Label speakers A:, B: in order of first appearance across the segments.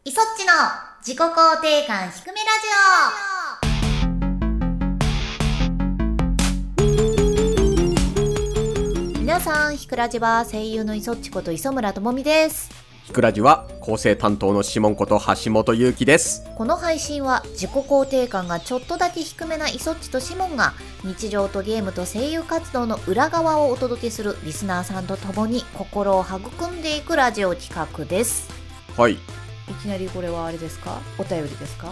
A: の自己肯定感低めラジオ皆さんひくらじは声優の磯っちこと磯村智美です
B: ひくらじは構成担当のシモンこと橋本優希です。
A: この配信は自己肯定感がちょっとだけ低めなイソッチとシモンが日常とゲームと声優活動の裏側をお届けするリスナーさんと共に心を育んでいくラジオ企画です
B: はい。い
A: いきなりこれはあれですかお便りですか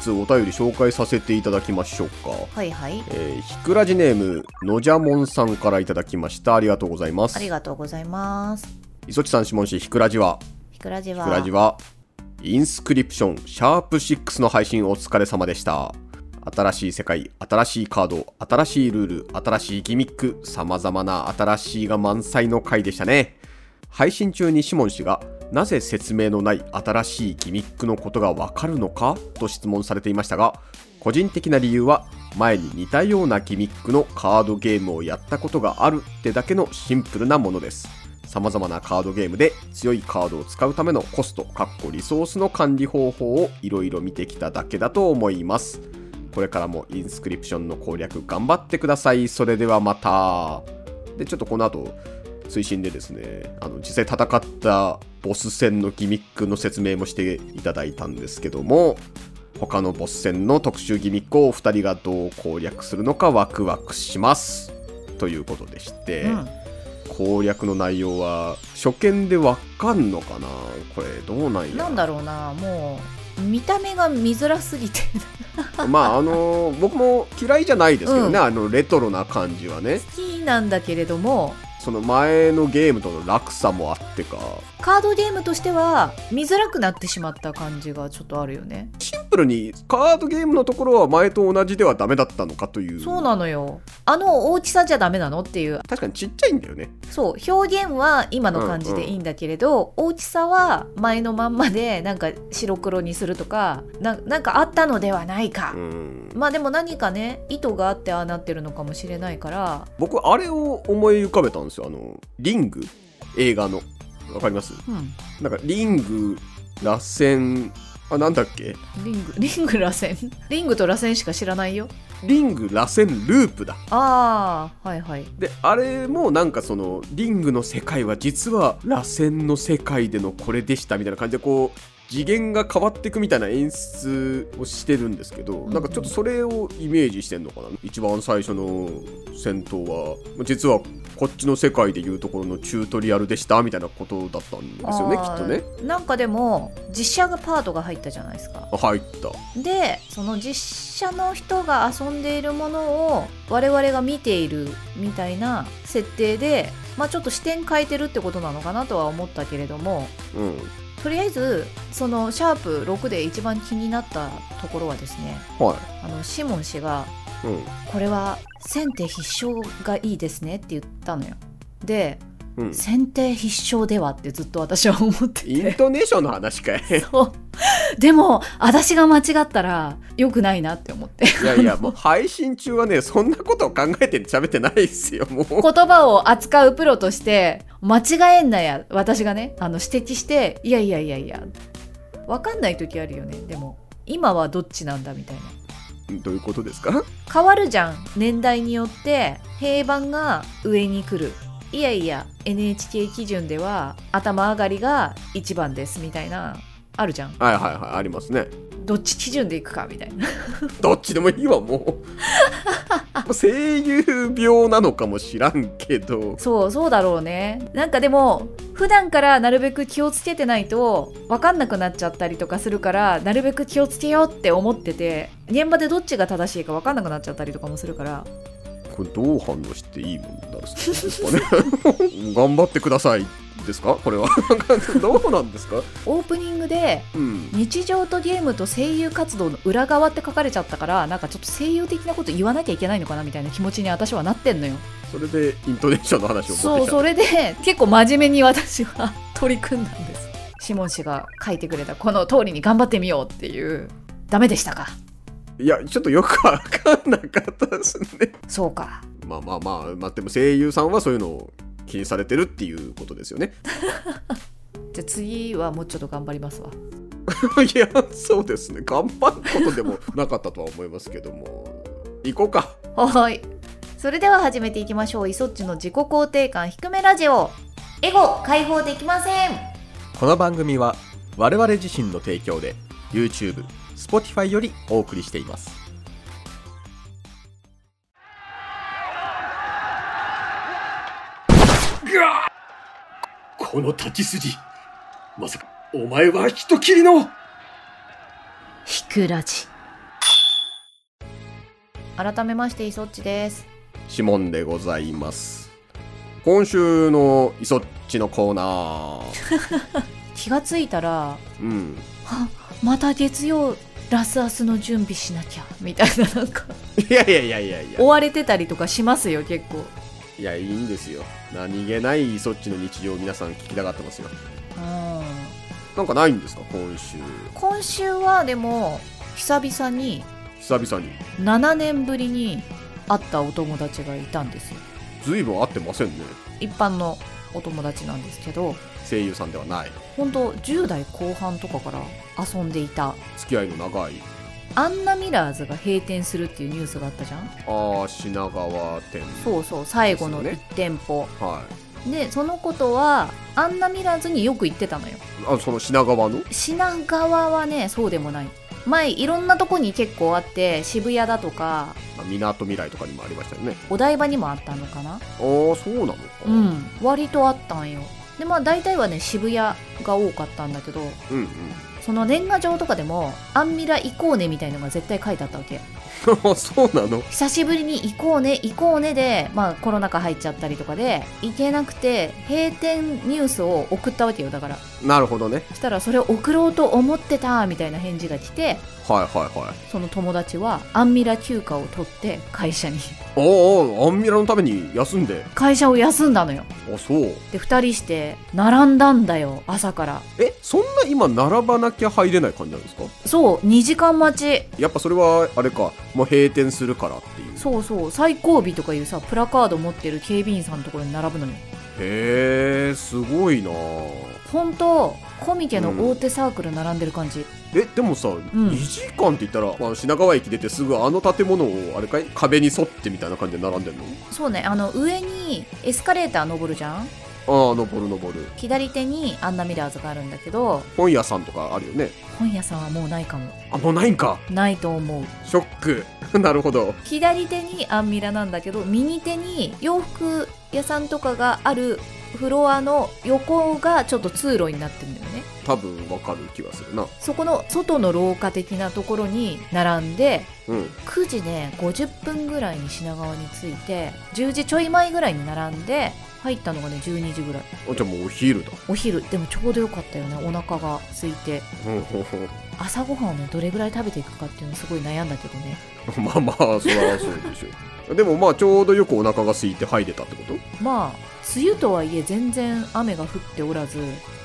B: つお便り紹介させていただきましょうか。
A: はいはい
B: えー、ひくらじネーム、のじゃもんさんからいただきました。ありがとうございます。
A: ありがとうございます
B: 磯木さん、シモン氏、ひくらじは、
A: ひくらじ
B: ひ
A: は
B: くらじは、インスクリプション、シャープ6の配信お疲れ様でした。新しい世界、新しいカード、新しいルール、新しいギミック、様々な新しいが満載の回でしたね。配信中にシモン氏が、なぜ説明のない新しいギミックのことがわかるのかと質問されていましたが、個人的な理由は、前に似たようなギミックのカードゲームをやったことがあるってだけのシンプルなものです。様々なカードゲームで強いカードを使うためのコスト、かっこリソースの管理方法をいろいろ見てきただけだと思います。これからもインスクリプションの攻略頑張ってください。それではまた。で、ちょっとこの後、推進でですね、あの、実際戦ったボス戦のギミックの説明もしていただいたんですけども、他のボス戦の特殊ギミックをお二人がどう攻略するのかワクワクします。ということでして、
A: うん
B: 攻略の内容は初見でわかんのかなこれどうなんや
A: なんだろうなもう見た目が見づらすぎて
B: まああの僕も嫌いじゃないですけどね、
A: うん
B: あのレトロな感じはね
A: 好きなんだけれども
B: その前のゲームとの落差もあってか
A: カードゲームとしては見づらくなってしまった感じがちょっとあるよね
B: シンプルにカードゲームのところは前と同じではダメだったのかという
A: そうなのよあの大きさじゃダメなのっていう
B: 確かにちっちゃいんだよね
A: そう表現は今の感じでいいんだけれど、大きさは前のまんまでなんか白黒にするとかななんかあったのではないか、
B: うん
A: まあでも何かね意図があってああなってるのかもしれないから、
B: 僕あれを思い浮かべたんですよあのリング映画のわかります
A: うん、
B: なんかリング螺旋あなんだっけ
A: リング リング螺旋リングと螺旋しか知らないよ
B: リング螺旋ループだ
A: ああはいはい
B: であれもなんかそのリングの世界は実は螺旋の世界でのこれでしたみたいな感じでこう次元が変わっていくみたいな演出をしてるんですけど、
A: んうん
B: なんかちょっとそれをイメージしてんのかな一番最初の戦闘は実はこっちの世界でいうところのチュートリアルでしたみたいなことだったんですよねき
A: あー
B: っとね
A: なんかでも実写がパートが入ったじゃないですか
B: あ入った
A: でその実写の人が遊んでいるものを我々が見ているみたいな設定で、まあ、ちょっと視点変えてるってことなのかなとは思ったけれども
B: うん
A: とりあえずそのシャープ6で一番気になったところはですね
B: は
A: あのシモン氏が
B: いうん
A: 「これは先手必勝がいいですね」って言ったのよ。で
B: う
A: 「
B: ん
A: 先手必勝では」ってずっと私は思って
B: イン
A: て。
B: トネーションの話かい
A: そうでも私が間違ったら良くないなって思って
B: いやいやもう配信中はねそんなことを考えて喋ってないっすよもう
A: 言葉を扱うプロとして間違えんなや私がねあの指摘していやいやいやいや分かんない時あるよねでも今はどっちなんだみたいな
B: どういうことですか
A: 変わるじゃん年代によって平板が上に来るいやいや NHK 基準では頭上がりが1番ですみたいなあるじゃん
B: はいはいはいありますね
A: どっち基準でいくかみたいな
B: どっちでもいいわもうも う声優病なのかもしらんけど
A: そうそうだろうねなんかでも普段からなるべく気をつけてないと分かんなくなっちゃったりとかするからなるべく気をつけようって思ってて現場でどっちが正しいか分かんなくなっちゃったりとかもするから
B: これどう反応していいもんなんで すかね頑張ってくださいですかこれは どうなんですか
A: オープニングで
B: うん
A: 日常とゲームと声優活動の裏側って書かれちゃったからなんかちょっと声優的なこと言わなきゃいけないのかなみたいな気持ちに私はなってんのよ
B: それでイントネーションの話を持っ
A: そ
B: て
A: う
B: きた
A: それで結構真面目に私は取り組んだんですシモン氏が書いてくれたこの通りに頑張ってみようっていうダメでしたか
B: いやちょっとよくわかんなかったですね
A: そうか
B: まあまあまあまあでも声優さんはそういうのを気にされてるっていうことですよね
A: じゃあ次はもうちょっと頑張りますわ
B: いやそうですね頑張ることでもなかったとは思いますけども行こうか
A: はいそれでは始めていきましょうイソッチの自己肯定感低めラジオエゴ解放できません
B: この番組は我々自身の提供で YouTube、Spotify よりお送りしています
C: この立ち筋まさかお前は人斬りの
A: ひくらじ改めましてイソッチです
B: シモンでございます今週のイソッチのコーナー
A: 気がついたら
B: うん
A: あまた月曜ラスアスの準備しなきゃみたいななん か
B: いやいやいやいやいや
A: 追われてたりとかしますよ結構
B: いやいいんですよ何気ないイソッチの日常を皆さん聞きたがってますよ
A: うん
B: なんかないんですか今週
A: 今週はでも久々に
B: 久々に
A: 7年ぶりに会ったお友達がいたんですよ
B: ずいぶん会ってませんね
A: 一般のお友達なんですけど
B: 声優さんではない
A: 本当10代後半とかから遊んでいた
B: 付き合いの長い
A: アンナミラーズが閉店するっていうニュースがあったじゃん
B: ああ品川店
A: そうそう最後の
B: そう
A: 1
B: ね
A: 店舗
B: は
A: で,、そのことはアンナミラーズによく行ってたのよ
B: いあその品川の
A: 品川はねそうでもない前いろんなとこに結構あって渋谷だとか
B: あみなとみらいとかにもありましたよね
A: お台場にもあったのかな
B: ああそうなのか、
A: うん割とあったんよでまあ大体はね渋谷が多かったんだけど
B: うんうん
A: その年賀状とかでも「アンミラ行こうね」みたいのが絶対書いてあったわけ
B: あ そうなの
A: 久しぶりに行こうね行こうねでまあコロナ禍入っちゃったりとかで行けなくて閉店ニュースを送ったわけよだから
B: なるほどね
A: そしたらそれを送ろうと思ってたみたいな返事が来て
B: はいはいはい
A: その友達はアンミラ休暇を取って会社に
B: ああアンミラのために休んで
A: 会社を休んだのよ
B: あそう
A: で2人して並んだんだよ朝から
B: えそんな今並ばなきゃ入れない感じなんですか
A: そう2時間待ち
B: やっぱそれはあれかもう閉店するからっていう
A: そうそう最後尾とかいうさプラカード持ってる警備員さんのところに並ぶのよ
B: へえすごいな
A: 本当コミケの大手サークル並んでる感じ、
B: えでもさ、
A: ん
B: 2時間って言ったらあの品川駅出てすぐあの建物をあれかい壁に沿ってみたいな感じで並んでるの
A: そうねあの上にエスカレーター登るじゃん
B: ああ登る登る
A: 左手にアンナミラーズがあるんだけど
B: 本屋さんとかあるよね
A: 本屋さんはもうないかも
B: あもうないんか
A: ないと思う
B: ショック なるほど
A: 左手にアンミラなんだけど右手に洋服屋さんとかがあるフロアの横がちょっと通路になってるんだよね
B: 多分わかる気がするな
A: そこの外の廊下的なところに並んで
B: うん
A: 9時ね50分ぐらいに品川に着いて10時ちょい前ぐらいに並んで入ったのがね12時ぐらい
B: あじゃあもうお昼だ
A: お昼でもちょうどよかったよねお腹が空いて
B: ほうほうほう
A: 朝ごはんをねどれぐらい食べていくかっていうのすごい悩んだけどね
B: まあまあそりゃそうでしょうでもまあちょうどよくお腹が空いて入れたってこと
A: まあ梅雨とはいえ全然雨が降っておらず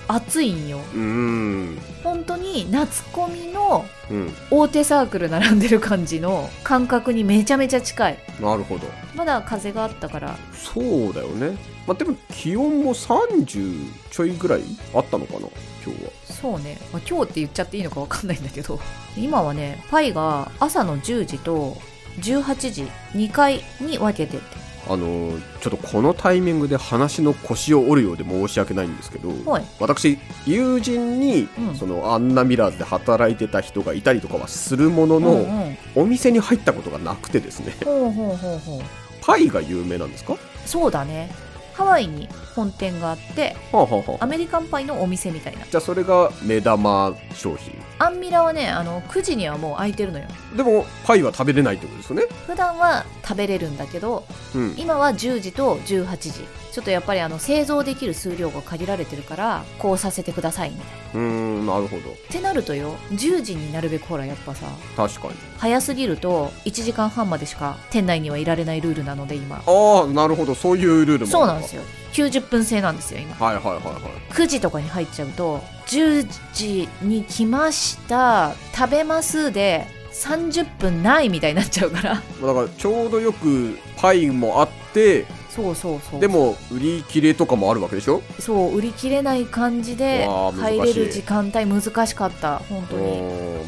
A: 暑いんよ
B: うーん
A: 本当に夏コミの
B: うん
A: 大手サークル並んでる感じの感覚にめちゃめちゃ近い
B: なるほど
A: まだ風があったから
B: そうだよねまあでも気温も30ちょいぐらいあったのかな今日は
A: そうね、まあ、今日って言っちゃっていいのかわかんないんだけど 今はねパイが朝の10時と18時2回に分けてて
B: あのーちょっとこのタイミングで話の腰を折るようで申し訳ないんですけど、
A: はい
B: 私友人に、
A: うん
B: そのアンナミラーズで働いてた人がいたりとかはするものの、
A: うんうん
B: お店に入ったことがなくてですね
A: ほうほうほうほう
B: パイが有名なんですかは
A: そうだねハワイに本店があって
B: あ、はあはあ
A: アメリカンパイのお店みたいな
B: じゃあそれが目玉商品
A: アンミラはねあの9時にはもう開いてるのよ
B: でもパイは食べれないってことですよね
A: 普段は食べれるんだけど
B: うん
A: 今は10時と18時ちょっとやっぱりあの製造できる数量が限られてるからこうさせてくださいみたいなっ
B: うーんなるほど
A: てなるとよ10時になるべくほらやっぱさ
B: 確かに
A: 早すぎると1時間半までしか店内にはいられないルールなので今
B: ああなるほどそういうルールも
A: そうなんです
B: よ
A: よ90分制なんですよ今
B: はいはいはいはい
A: 9時とかに入っちゃうと10時に来ました食べますで30分ないみたいになっちゃうから
B: まあだからちょうどよくパイもあって
A: そうそうそう
B: でも売り切れとかもあるわけでしょ
A: そう売り切れない感じで
B: うわー難し
A: 入
B: い
A: れる時間帯難しかった本
B: う
A: 当に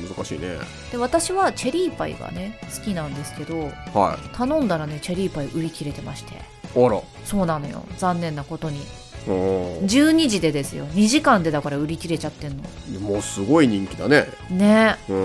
B: ん難しいね
A: で私はチェリーパイがね好きなんですけど
B: は
A: 頼んだらねチェリーパイ売り切れてまして
B: いあら
A: そうなのよ残念なことに
B: うん
A: 12時でですよ2時間でだから売り切れちゃってんの
B: もうすごい人気だね
A: ね
B: うん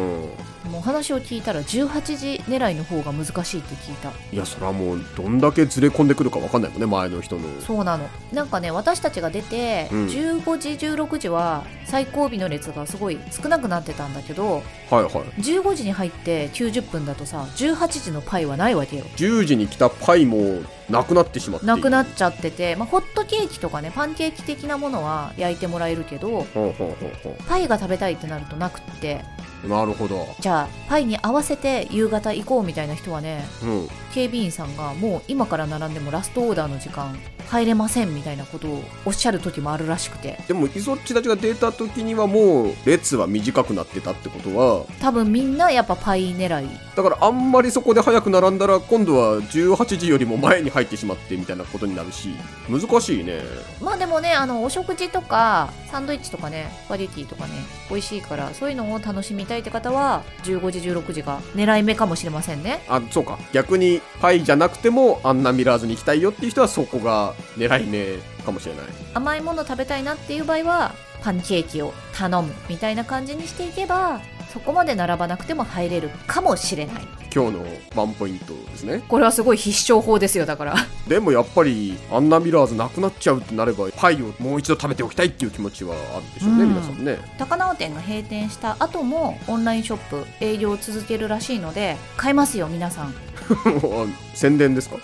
A: もうお話を聞いたら18時狙いの方が難しいって聞いた
B: いやそれはもうどんだけずれ込んでくるかわかんないもんね前の人の
A: そうなのなんかね私たちが出て、
B: うん
A: 15時16時は最後尾の列がすごい少なくなってたんだけど
B: はいはい
A: 15時に入って90分だとさ18時のパイはないわけよ
B: 10時に来たパイもなくなってしまっている
A: なくなっちゃってて、まあ、ホットケーキとかねパンケーキ的なものは焼いてもらえるけど
B: ほうほうほうほ
A: パイが食べたいってなるとなくって
B: うなるほど
A: じゃあパイに合わせて夕方行こうみたいな人はね
B: うん
A: 警備員さんがもう今から並んでもラストオーダーの時間入れませんみたいなことをおっしゃる時もあるらしくて
B: でもイソッチたちが出た時にはもう列は短くなってたってことは
A: 多分みんなやっぱパイ狙い
B: だからあんまりそこで早く並んだら今度は18時よりも前に入ってしまってみたいなことになるし難しいね
A: まあでもねあのお食事とかサンドイッチとかねスパゲティとかね美味しいからそういうのを楽しみたいって方は15時16時が狙い目かもしれませんね
B: あそうか逆にパイじゃなくてもあんなミラーズに行きたいよっていう人はそこが狙い目かもしれない
A: 甘いもの食べたいなっていう場合はパンケーキを頼むみたいな感じにしていけばそこまで並ばなくても入れるかもしれない
B: 今日のワンポイントですね
A: これはすごい必勝法ですよだから
B: でもやっぱりあんなミラーズなくなっちゃうってなればパイをもう一度食べておきたいっていう気持ちはあるでしょうね、
A: うん
B: 皆さんね
A: 高輪店が閉店した後もオンラインショップ営業を続けるらしいので買えますよ皆さん
B: もう 宣伝ですか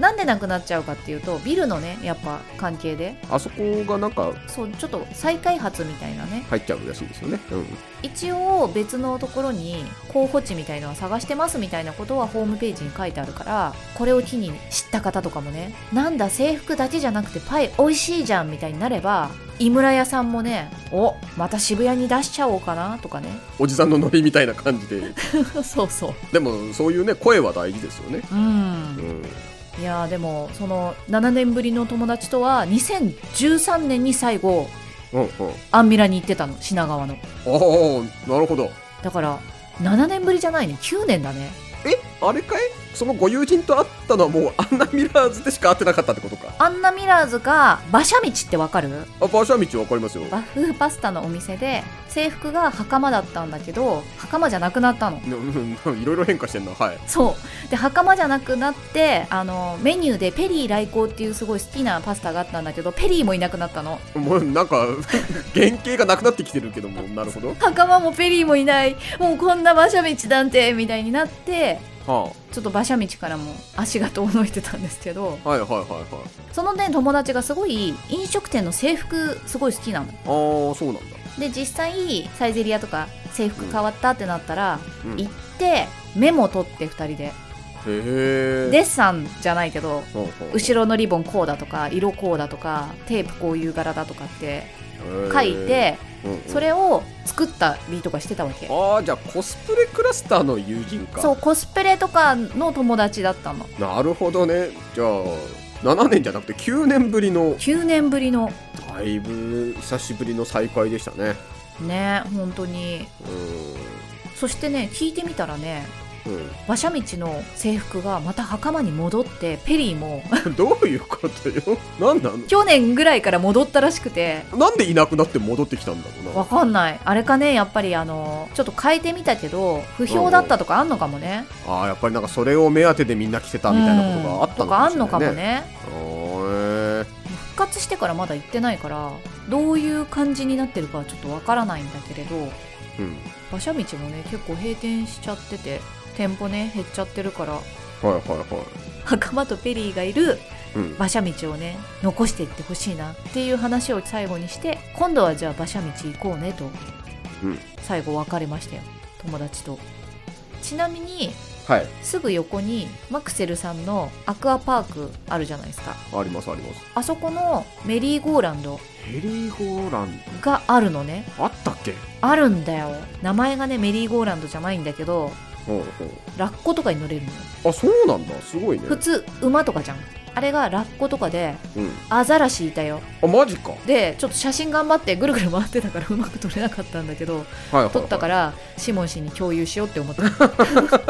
A: なんでなくなっちゃうかっていうとビルのねやっぱ関係で
B: あそこがなんか
A: そうちょっと再開発みたいなね
B: 入っちゃうらしいですよねうん
A: 一応別のところに候補地みたいのは探してますみたいなことはホームページに書いてあるからこれを機に知った方とかもねなんだ制服だけじゃなくてパイ美味しいじゃんみたいになれば井村屋さんもねおまた渋谷に出しちゃおうかなとかね
B: おじさんのノリみたいな感じで
A: そうそう
B: でもそういうね声は大事ですよね
A: うん
B: うん
A: いやーでもその7年ぶりの友達とは2013年に最後
B: うんうん
A: アンミラに行ってたの品川の
B: ああなるほど
A: だから7年ぶりじゃないね9年だね
B: えあれかいそのご友人と会ったのはもうあんなミラーズでしか会ってなかったってことか
A: アンナ・ミラーズが馬車道ってわかる
B: あ馬車道わかりますよ
A: 和風パスタのお店で制服が袴だったんだけど袴じゃなくなったの
B: うんうんいろいろ変化してんなはい
A: そうで袴じゃなくなってあのメニューでペリー来航っていうすごい好きなパスタがあったんだけどペリーもいなくなったの
B: もうなんか 原型がなくなってきてるけどもなるほど
A: 袴もペリーもいないもうこんな馬車道なんてみたいになって
B: は
A: ちょっと馬車道からも足が遠のいてたんですけど
B: あ、はいはいはいはい
A: そのね友達がすごい飲食店の制服すごい好きなの
B: ああそうなんだ
A: で実際サイゼリアとか制服変わったってなったら、
B: うん
A: 行ってメモ取って2人で
B: へえ
A: デッサンじゃないけど
B: ほうほう
A: 後ろのリボンこうだとか色こうだとかテープこういう柄だとかって
B: へー
A: 書いて
B: うんうん
A: それを作ったりとかしてたわけ
B: ああじゃあコスプレクラスターの友人か
A: そうコスプレとかの友達だったの
B: なるほどねじゃあ7年じゃなくて9年ぶりの
A: 9年ぶりの
B: だいぶ久しぶりの再会でしたね
A: ね本当に
B: う
A: そしてね聞いてみたらね
B: ーんうん
A: 馬車道の制服がまた袴に戻ってペリーも
B: どういうことよ何なの
A: 去年ぐらいから戻ったらしくて
B: なんでいなくなって戻ってきたんだろう
A: わ
B: な
A: かんないあれかねやっぱりあのちょっと変えてみたけど不評だったとかあんのかもね
B: あーやっぱりなんかそれを目当てでみんな来てたみたいなことがあった
A: うんとかあん
B: の
A: の
B: か
A: か
B: もし
A: も
B: れないね
A: ね
B: あーへ
A: 復活してからまだ行ってないからどういう感じになってるかはちょっとわからないんだけれど
B: えうん
A: 馬車道もね結構閉店しちゃってて店舗ね減っちゃってるから
B: はいはいはい
A: 袴とペリーがいる
B: うん
A: 馬車道をね残していってほしいなっていう話を最後にして今度はじゃあ馬車道行こうねと、
B: うん
A: 最後別れましたよ友達とちなみに
B: はい
A: すぐ横にマクセルさんのアクアパークあるじゃないですか
B: ありますあります
A: あそこのメリーゴーランド
B: ヘリーゴーラン
A: があるのね
B: ドあったっけ
A: あるんだよ名前がねメリーゴーランドじゃないんだけど
B: うんうん
A: ラッコとかに乗れるのよ
B: あそうなんだすごいね
A: 普通馬とかじゃんあれがラッコとかで
B: うん。
A: アザラシいたよ
B: あ、マジか。はい
A: でちょっと写真頑張ってぐるぐる回ってたからうまく撮れなかったんだけ ど
B: はい、はい。
A: 撮ったからシモン氏に共有しようって思った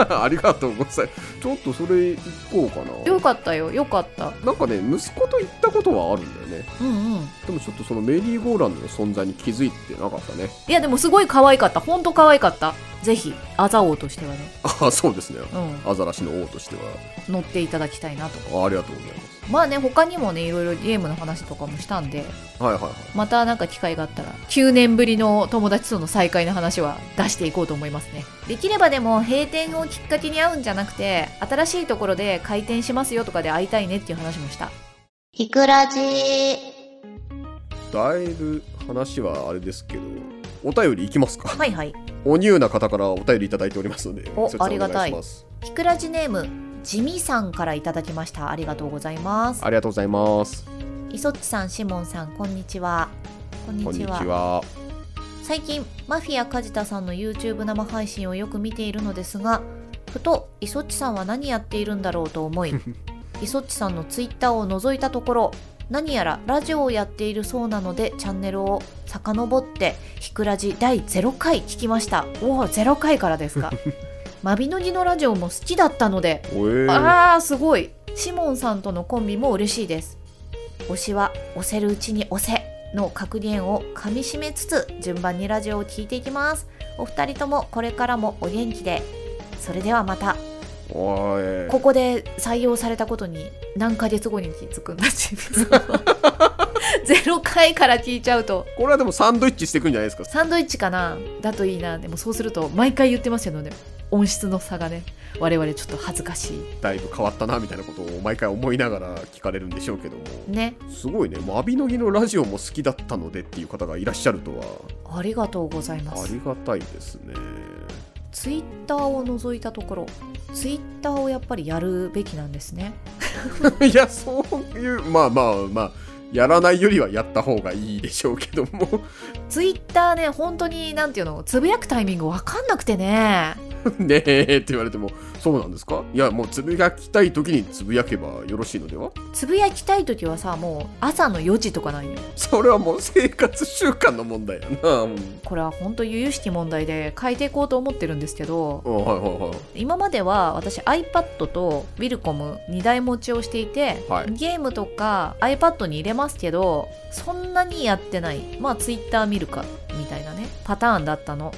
B: ら。 ありがとうございます。ちょっとそれ行こうか
A: よ
B: な。
A: かったよよかった
B: なんかね、息子と行ったことはあるんだよね。
A: うんうん
B: でもちょっとそのメリーゴーランドの存在に気づいてなかったね。
A: いやでもすごい可愛かったほんと可愛かったぜひアザ王としてはね、
B: あ、そうですね。
A: う
B: アザラシの王としては。
A: ん、乗っていただきたいなと
B: あありがとうございます。
A: まあね他にもねいろいろゲームの話とかもしたんで
B: はいはいはい。
A: またなんか機会があったら9年ぶりの友達との再会の話は出していこうと思いますねできればでも閉店をきっかけに会うんじゃなくて新しいところで開店しますよとかで会いたいねっていう話もした
D: ひくらじー。
B: だいぶ話はあれですけど、お便りいきますか。
A: はいはい
B: おニューな方からお便りいただいておりますので、
A: お
B: そちら
A: ありがたい
B: お願します
A: ひくらじネームジミさんからいただきましたありがとうございます
B: ありがとうございます。
A: 磯っちさんシモンさんこんにちはこんに
B: こんに
A: ち
B: ち
A: は
B: は。
A: 最近マフィア梶田さんの YouTube 生配信をよく見ているのですがふと磯っちさんは何やっているんだろうと思い磯っちさんの Twitter を覗いたところ何やらラジオをやっているそうなのでチャンネルを遡って「ひくらじ」第0回聞きましたおお0回からですかマビノギのラジオも好きだったので
B: おえー、
A: あーすごいシモンさんとのコンビも嬉しいです推しは押せるうちに押せの格言を噛み締めつつ順番にラジオを聞いていきますお二人ともこれからもお元気でそれではまた
B: おい
A: ここで採用されたことに何ヶ月後に気づくんだしゼロ回から聞いちゃうと
B: これはでもサンドイッチしていくんじゃないですか。
A: サンドイッチかなだといいなでもそうすると毎回言ってますけどね音質の差がね我々ちょっと恥ずかし
B: だいぶ変わったなみたいなことを毎回思いながら聞かれるんでしょうけども、
A: いね
B: すごいね、マビノギのラジオも好きだったのでっていう方がいらっしゃるとは、
A: ありがとうございま
B: あ
A: す
B: りがたいですね。
A: ツイッターを覗いたところツイッターをやっぱりやるべきなんですね
B: いや、そういう、まあまあまあ、やらないよりはやった方がいいでしょうけども、
A: ツイッターね本当になんていうのつぶやくタイミングわかんなくてね
B: ねえって言われても、そうなんですかいや、もうつぶやきたい時につぶやけばよろしいのでは
A: つぶやきたい時はさもう朝の4時とかなんよ
B: それはもう生活習慣の問題やな。うん
A: これは本当由々しき問題で変えていこうと思ってるんですけど
B: あはいはいはい。
A: 今までは私 iPad とウィルコム2台持ちをしていて、
B: はい
A: ゲームとか iPad に入れますけどそんなにやってないまあ Twitter 見るかみたいなねパターンだったの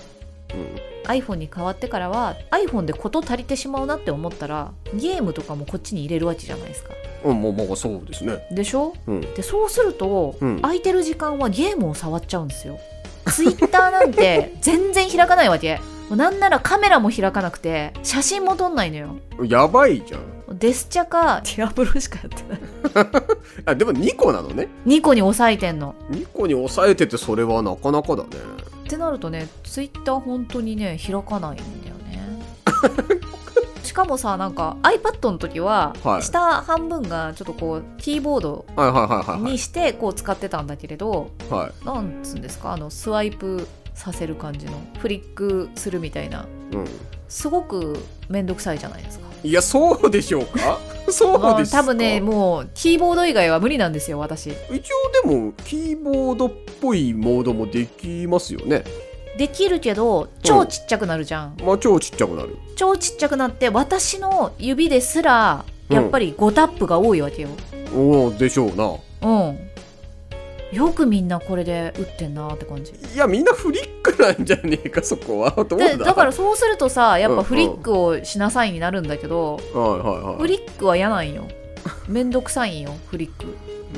B: うん、
A: iPhone に変わってからは iPhone で事足りてしまうなって思ったらゲームとかもこっちに入れるわけじゃないですか
B: うん、もう、もう、そうですね。
A: でしょ、
B: うん
A: でそうすると、
B: うん
A: 空いてる時間はゲームを触っちゃうんですよ Twitter なんて全然開かないわけもうなんならカメラも開かなくて写真も撮んないのよ
B: やばいじゃん。
A: デスチャ かディアブロしかやってない
B: あ、でも2個なのね。
A: 2個に抑えてんの
B: 2個に抑えてて、それはなかなかだね。
A: ってなるとねツイッター本当にね開かないんだよね しかもさなんか iPad の時は、
B: はい
A: 下半分がちょっとこうキーボード
B: はいはいはいはい
A: にしてこう使ってたんだけれど、
B: はい。は。
A: なんつうんですかあのスワイプさせる感じのフリックするみたいない
B: うん。
A: すごく面倒くさいじゃないですか。
B: いや、そうでしょ うかそう
A: まあ
B: ですか
A: 多分ねもうキーボード以外は無理なんですよ私
B: 一応でも、キーボードっぽいモードもできますよね。
A: できるけど超ちっちゃくなるじゃん、
B: まあ、超ちっちゃくなる。
A: 超ちっちゃくなって私の指ですらやっぱり5タップが多いわけよ、
B: おおでしょうな。
A: うんよくみんなこれで打ってんなって感じ
B: いや、みんなフリックなんじゃねえか、そ こは。どうだ
A: でだからそうするとさやっ
B: うんう
A: ぱ
B: ん
A: フリックをしなさいになるんだけど、
B: はいはいは
A: フ
B: い。
A: リックは嫌なんよめんどくさいんよフリック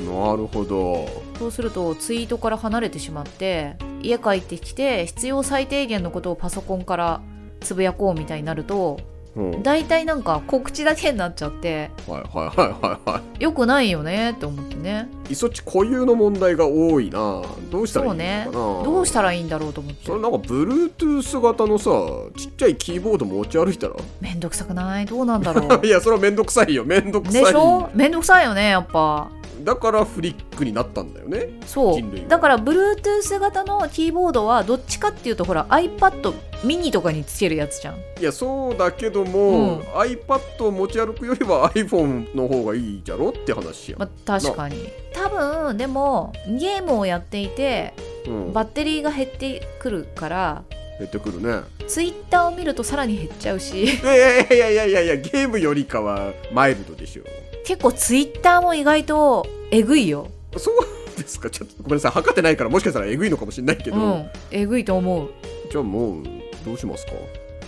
B: なるほど。
A: そうするとツイートから離れてしまって家帰ってきて必要最低限のことをパソコンからつぶやこうみたいになると
B: うん、はい
A: 大体なんか告知だけになっちゃって
B: はいはいはいは
A: よくないよねって思ってね
B: い。いそっち固有の問題が多いな。どうしたらいいのかな。
A: そどうしたらいいんだろうと思って
B: それなんか Bluetooth 型のさちっちゃいキーボード持ち歩いたら
A: めん どくさくないどうなんだろう
B: いやそれはめんどくさいよめんどくさ
A: で
B: い
A: しょめんどくさいよねやっぱ
B: だからフリックになったんだよね
A: そ
B: 人類は
A: うだから Bluetooth 型のキーボードはどっちかっていうとほら iPad ミニとかにつけるやつじゃん
B: いやそうだけども、
A: うん
B: iPad を持ち歩くよりは iPhone の方がいいじゃろって話やん、
A: まあ、確かに多分でもゲームをやっていて
B: うん、
A: バッテリーが減ってくるから
B: 減ってくるね
A: ツイッターを見るとさらに減っちゃうし
B: いやいやいやいやいやいやゲームよりかはマイルドでしょ
A: 結構ツイッターも意外とえぐいよ
B: そうですかちょっとごめんなさい測ってないからもしかしたらえぐいのかもしれないけど、
A: うんえぐいと思う
B: じゃあもうどうしますか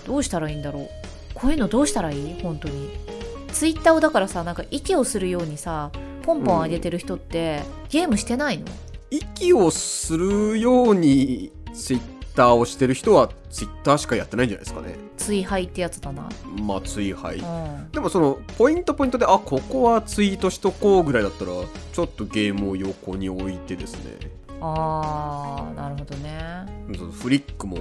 A: どうしたらいいんだろうこういうのどうしたらいい本当にツイッターをだからさなんか息をするようにさポンポン上げてる人って、ゲームしてないの
B: 息をするように Twitter をしてる人は Twitter しかやってないんじゃないですかね
A: 追廃ってやつだな、
B: まあ追廃
A: うん、
B: でもそのポイントポイントであここはツイートしとこうぐらいだったらちょっとゲームを横に置いてですね
A: あーなるほどね
B: そのフリックも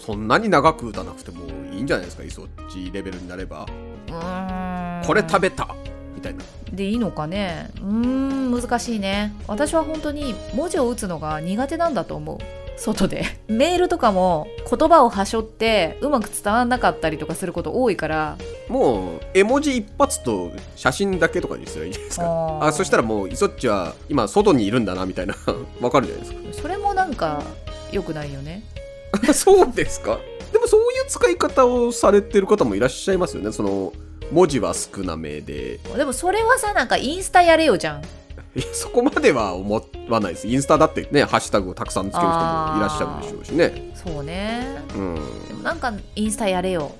B: そんなに長く打たなくてもいいんじゃないですかいそっちレベルになれば
A: うーん
B: これ食べたみたいな
A: でいいのかねうーん難しいね私は本当に文字を打つのが苦手なんだと思う外で メールとかも言葉をはしょってうまく伝わんなかったりとかすること多いから
B: もう絵文字一発と写真だけとかにすればいいんじゃないですか
A: あー
B: あそしたらもういそっちは今外にいるんだなみたいな わかるじゃないですか
A: それもなんか良くないよね
B: そうですかでもそういう使い方をされてる方もいらっしゃいますよねその文字は少なめで
A: でもそれはさなんかインスタやれよじゃん
B: いやそこまでは思わないですインスタだってねハッシュタグをたくさんつける人もいらっしゃるでしょうしね
A: そうね
B: うん
A: でもなんかインスタやれよ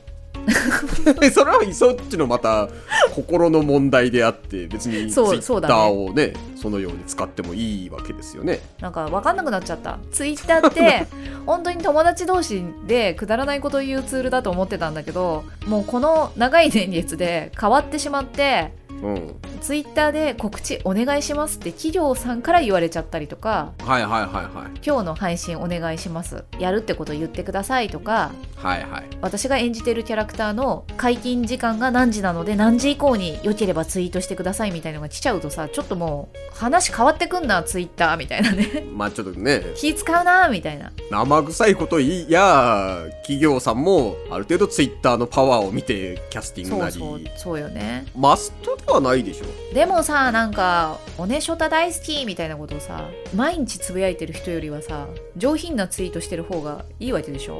B: それはいそっちのまた心の問題であって別にツイ
A: そうそう
B: ッ
A: だ
B: タ
A: ね
B: ーをねそのように使ってもいいわけですよね
A: なんか分かんなくなっちゃったツイッターって本当に友達同士でくだらないことを言うツールだと思ってたんだけどもうこの長い年月で変わってしまって
B: うん
A: ツイッターで告知お願いしますって企業さんから言われちゃったりとか
B: はいはいはいはい
A: 今日の配信お願いしますやるってこと言ってくださいとか
B: はいはい
A: 私が演じてるキャラクターの解禁時間が何時なので何時以降に良ければツイートしてくださいみたいのが来ちゃうとさちょっともう話変わってくんなツイッターみたいなね
B: まあちょっとね
A: 気使うなみたいな
B: 生臭いこと言いや企業さんもある程度ツイッターのパワーを見てキャスティング
A: そ
B: な
A: う
B: り
A: そうそうよね
B: マストではないでしょ
A: でもさなんか「おねショタ大好き」みたいなことをさ毎日つぶやいてる人よりはさ上品なツイートしてる方がいいわけでしょ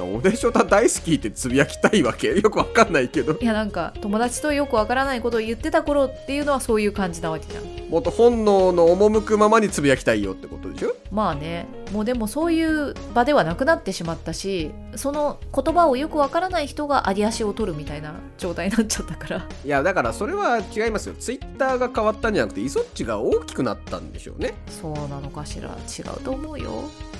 B: おねしょた大好きってつぶやきたいわけよくわかんないけど
A: いやなんか友達とよくわからないことを言ってた頃っていうのはそういう感じなわけじゃん
B: もっと本能の赴くままにつぶやきたいよってことでしょ
A: まあねもうでもそういう場ではなくなってしまったしその言葉をよくわからない人が有り足を取るみたいな状態になっちゃったから
B: いやだからそれは違いますよツイッターが変わったんじゃなくてイソッチが大きくなったんでしょうね
A: そうなのかしら違うと思うよ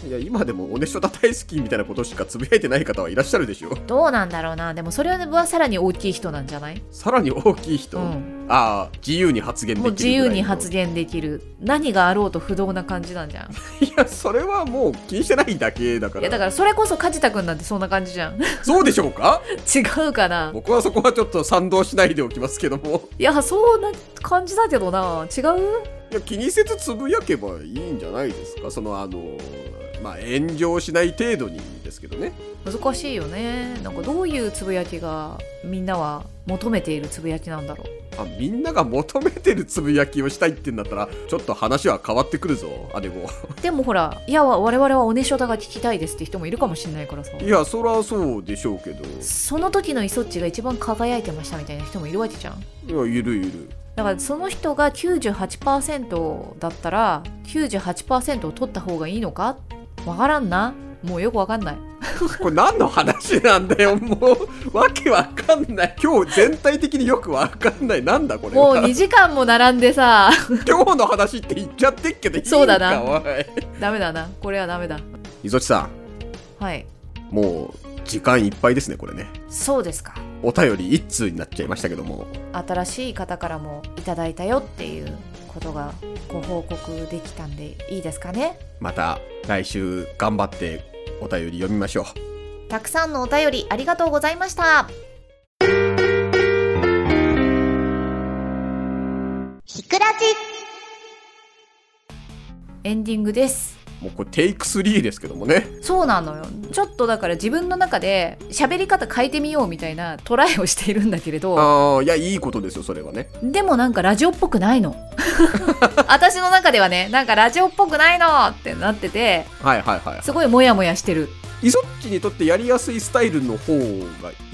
B: いや今でもおねしょた大好きみたいなことしかつぶやいてない方はいらっしゃるでしょ
A: どうなんだろうなでもそれはさらに大きい人なんじゃない
B: さらに大きい人、
A: うん、
B: ああ自由に発言でき
A: もう
B: る
A: 自由に
B: 言
A: 発言できる何があろうと不動な感じなんじゃん
B: いや、それはもう気にしてないだけだか
A: い
B: ら。
A: やだからそれこそ梶田君なんてそんな感じじゃん 違
B: そうでしょうか
A: うかな
B: 僕はそこはちょっと賛同しないでおきますけども。
A: いやそうな感じだけどな違う
B: いや、気にせずつぶやけばいいんじゃないですか。その、あの、まあ、炎上しない程度にですけどね。
A: 難しいよねなんかどういうつぶやきがみんなは求めているつぶやきなんだろう
B: あ、みんなが求めてるつぶやきをしたいってんだったら、ちょっと話は変わってくるぞ。あ、でも。
A: でもほらいや我々はおねしょだが聞きたいですって人もいるかもしれないからさ
B: いや、そらそうでしょうけ
A: その時のイソッチが一番輝いてましたみたいな人もいるわけじゃん
B: ど。いや、ゆるゆる。
A: だからその人が98%だったら98%を取った方がいいのかわからんなもうよくわかん ない
B: これ何の話なんだよ、もう。わけわかんない。今日全体的によくわかんない。なんだこれは。
A: もう2時間も並んでさ
B: 今日の話って言っちゃってっけどいいのか
A: そうだな
B: おい
A: ダメだなこれはダメだ
B: 磯地さ
A: はい
B: んもう時間いっぱいですねこれね
A: そうですか
B: お便り一通になっちゃいましたけども
A: 新しい方からもいただいたよっていうことがご報告できたんでいいですかね
B: また来週頑張ってお便り読みましょう
A: たくさんのお便りありがとうございました
D: ひくくらじ
A: エンディングです
B: もうこれテイク3ですけどもね。
A: そうなのよちょっとだから自分の中で喋り方変えてみようみたいなトライをしているんだけれど
B: ああ、いや、いいことですよ、それはね。
A: でもなんかラジオっぽくないの 私の中ではねなんかラジオっぽくないのってなってて
B: はいはいはい。
A: すごいモヤモヤしてる
B: イソッチにとってやりやすいスタイルの方がい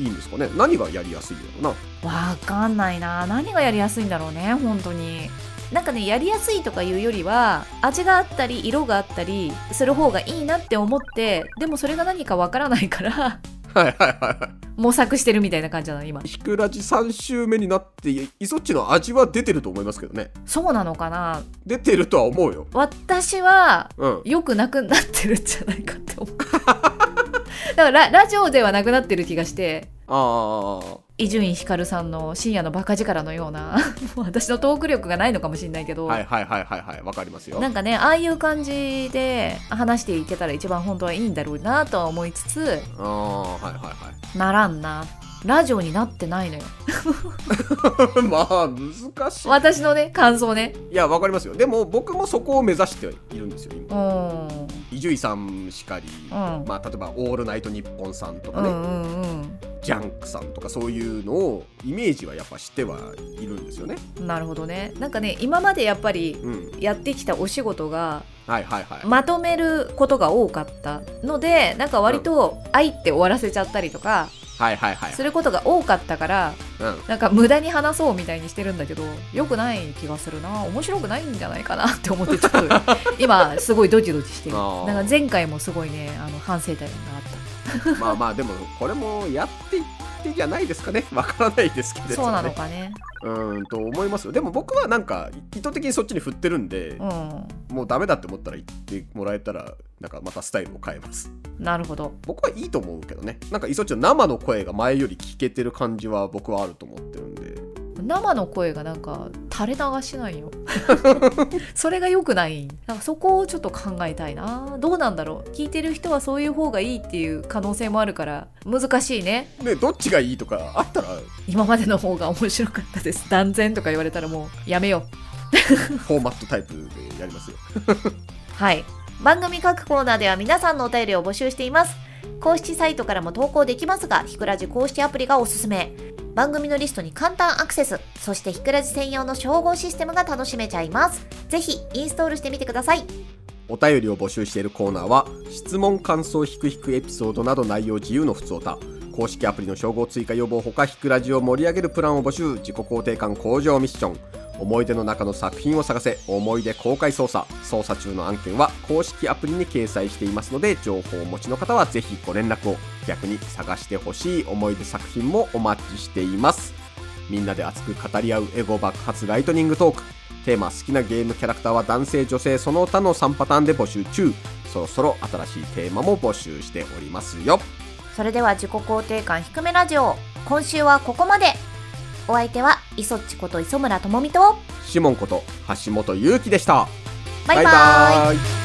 B: いんですかね何がやりやすいのか
A: わかんないな何がやりやすいんだろうね本当になんかねやりやすいとかいうよりは味があったり色があったりする方がいいなって思ってでもそれが何かわからないから
B: なはいはいはいは
A: 模索してるみたいな感じなの今
B: い。ヒクラジ3週目になって、イソッチの味は出てると思いますけどね。
A: そうなのかな
B: 出てるとは思うよ。
A: 私は
B: うん。
A: 良くなくなってるんじゃないかって思う だからララジオではなくなってる気がして
B: ああ。
A: 伊集院光さんの深夜のバカ力のような もう私のトーク力がないのかもしれないけど、
B: はいはいはいはいはい。わかりますよ。
A: なんかねああいう感じで話していけたら一番本当はいいんだろうなとは思いつつ
B: ああ、はいは
A: ならんなラジオになってないのよ
B: い はい。まあ、難しい。
A: 私のね感想ね
B: いや、わかりますよ。でも、僕もそこを目指しているんですよ、
A: う
B: 今。
A: ん
B: 伊集院さんしかり、
A: うん
B: まあ、例えば、オールナイトニッポンさんと
A: う
B: かね、
A: んうん
B: ジャンクさんとか、そういうのを、イメージはやっぱしてはいるんですよね。
A: うんなるほどねなんかね今までやっぱり
B: うん。
A: やってきたお仕事が
B: はいはいはい。
A: まとめることが多かったのでなんか割と「愛」って終わらせちゃったりとか
B: はいはいはい。
A: することが多かったから
B: うん。
A: なんか無駄に話そうみたいにしてるんだけど良くない気がするな面白くないんじゃないかなって思ってちょっ と今すごいドキドキしてる
B: あ
A: な
B: ー
A: んか前回もすごいねあの反省点があっ
B: まあまあ、でも、これもやっていってじゃないですかね。 わからないですけ
A: た
B: れど
A: そう
B: も
A: なの
B: ね。
A: かね
B: うーんと思いますよ。でも、僕はなんか、意図的にそっちに振ってるんで、
A: う
B: もうダメだって思ったら言ってもらえたら、なんかまたスタイルを変えます。
A: んなるほど
B: 僕はいいと思うけどねなんかイソッチの生の声が前より聞けてる感じは僕はあると思ってるんで
A: 生の声がなんか垂れ流しないよ それが良くないなんかそこをちょっと考えたいなどうなんだろう聞いてる人はそういう方がいいっていう可能性もあるから難しいね
B: ねどっちがいいとかあったら
A: 今までの方が面白かったです断然とか言われたらもうやめよう
B: フォーマットタイプでやりますよ
A: はい。番組各コーナーでは皆さんのお便りを募集しています。公式サイトからも投稿できますが、ひくらじ公式アプリがおすすめ。番組のリストに簡単アクセス、そしてひくらじ専用の称号システムが楽しめちゃいます。ぜひ、インストールしてみてください。
B: お便りを募集しているコーナーは質問感想ひくひくエピソードなど内容自由のふつおた公式アプリの称号追加予防ほかひくラジを盛り上げるプランを募集自己肯定感向上ミッション思い出の中の作品を探せ思い出公開捜査捜査中の案件は公式アプリに掲載していますので情報をお持ちの方はぜひご連絡を逆に探してほしい思い出作品もお待ちしていますみんなで熱く語り合うエゴ爆発ライトニングトークテーマ好きなゲームキャラクターは男性女性その他の3パターンで募集中そろそろ新しいテーマも募集しておりますよ
A: それでは自己肯定感低めラジオ、今週はここまで。お相手は、いそっちこと磯村智美と、
B: シモンこと橋本ゆうきでした
A: バイバーイ
B: イ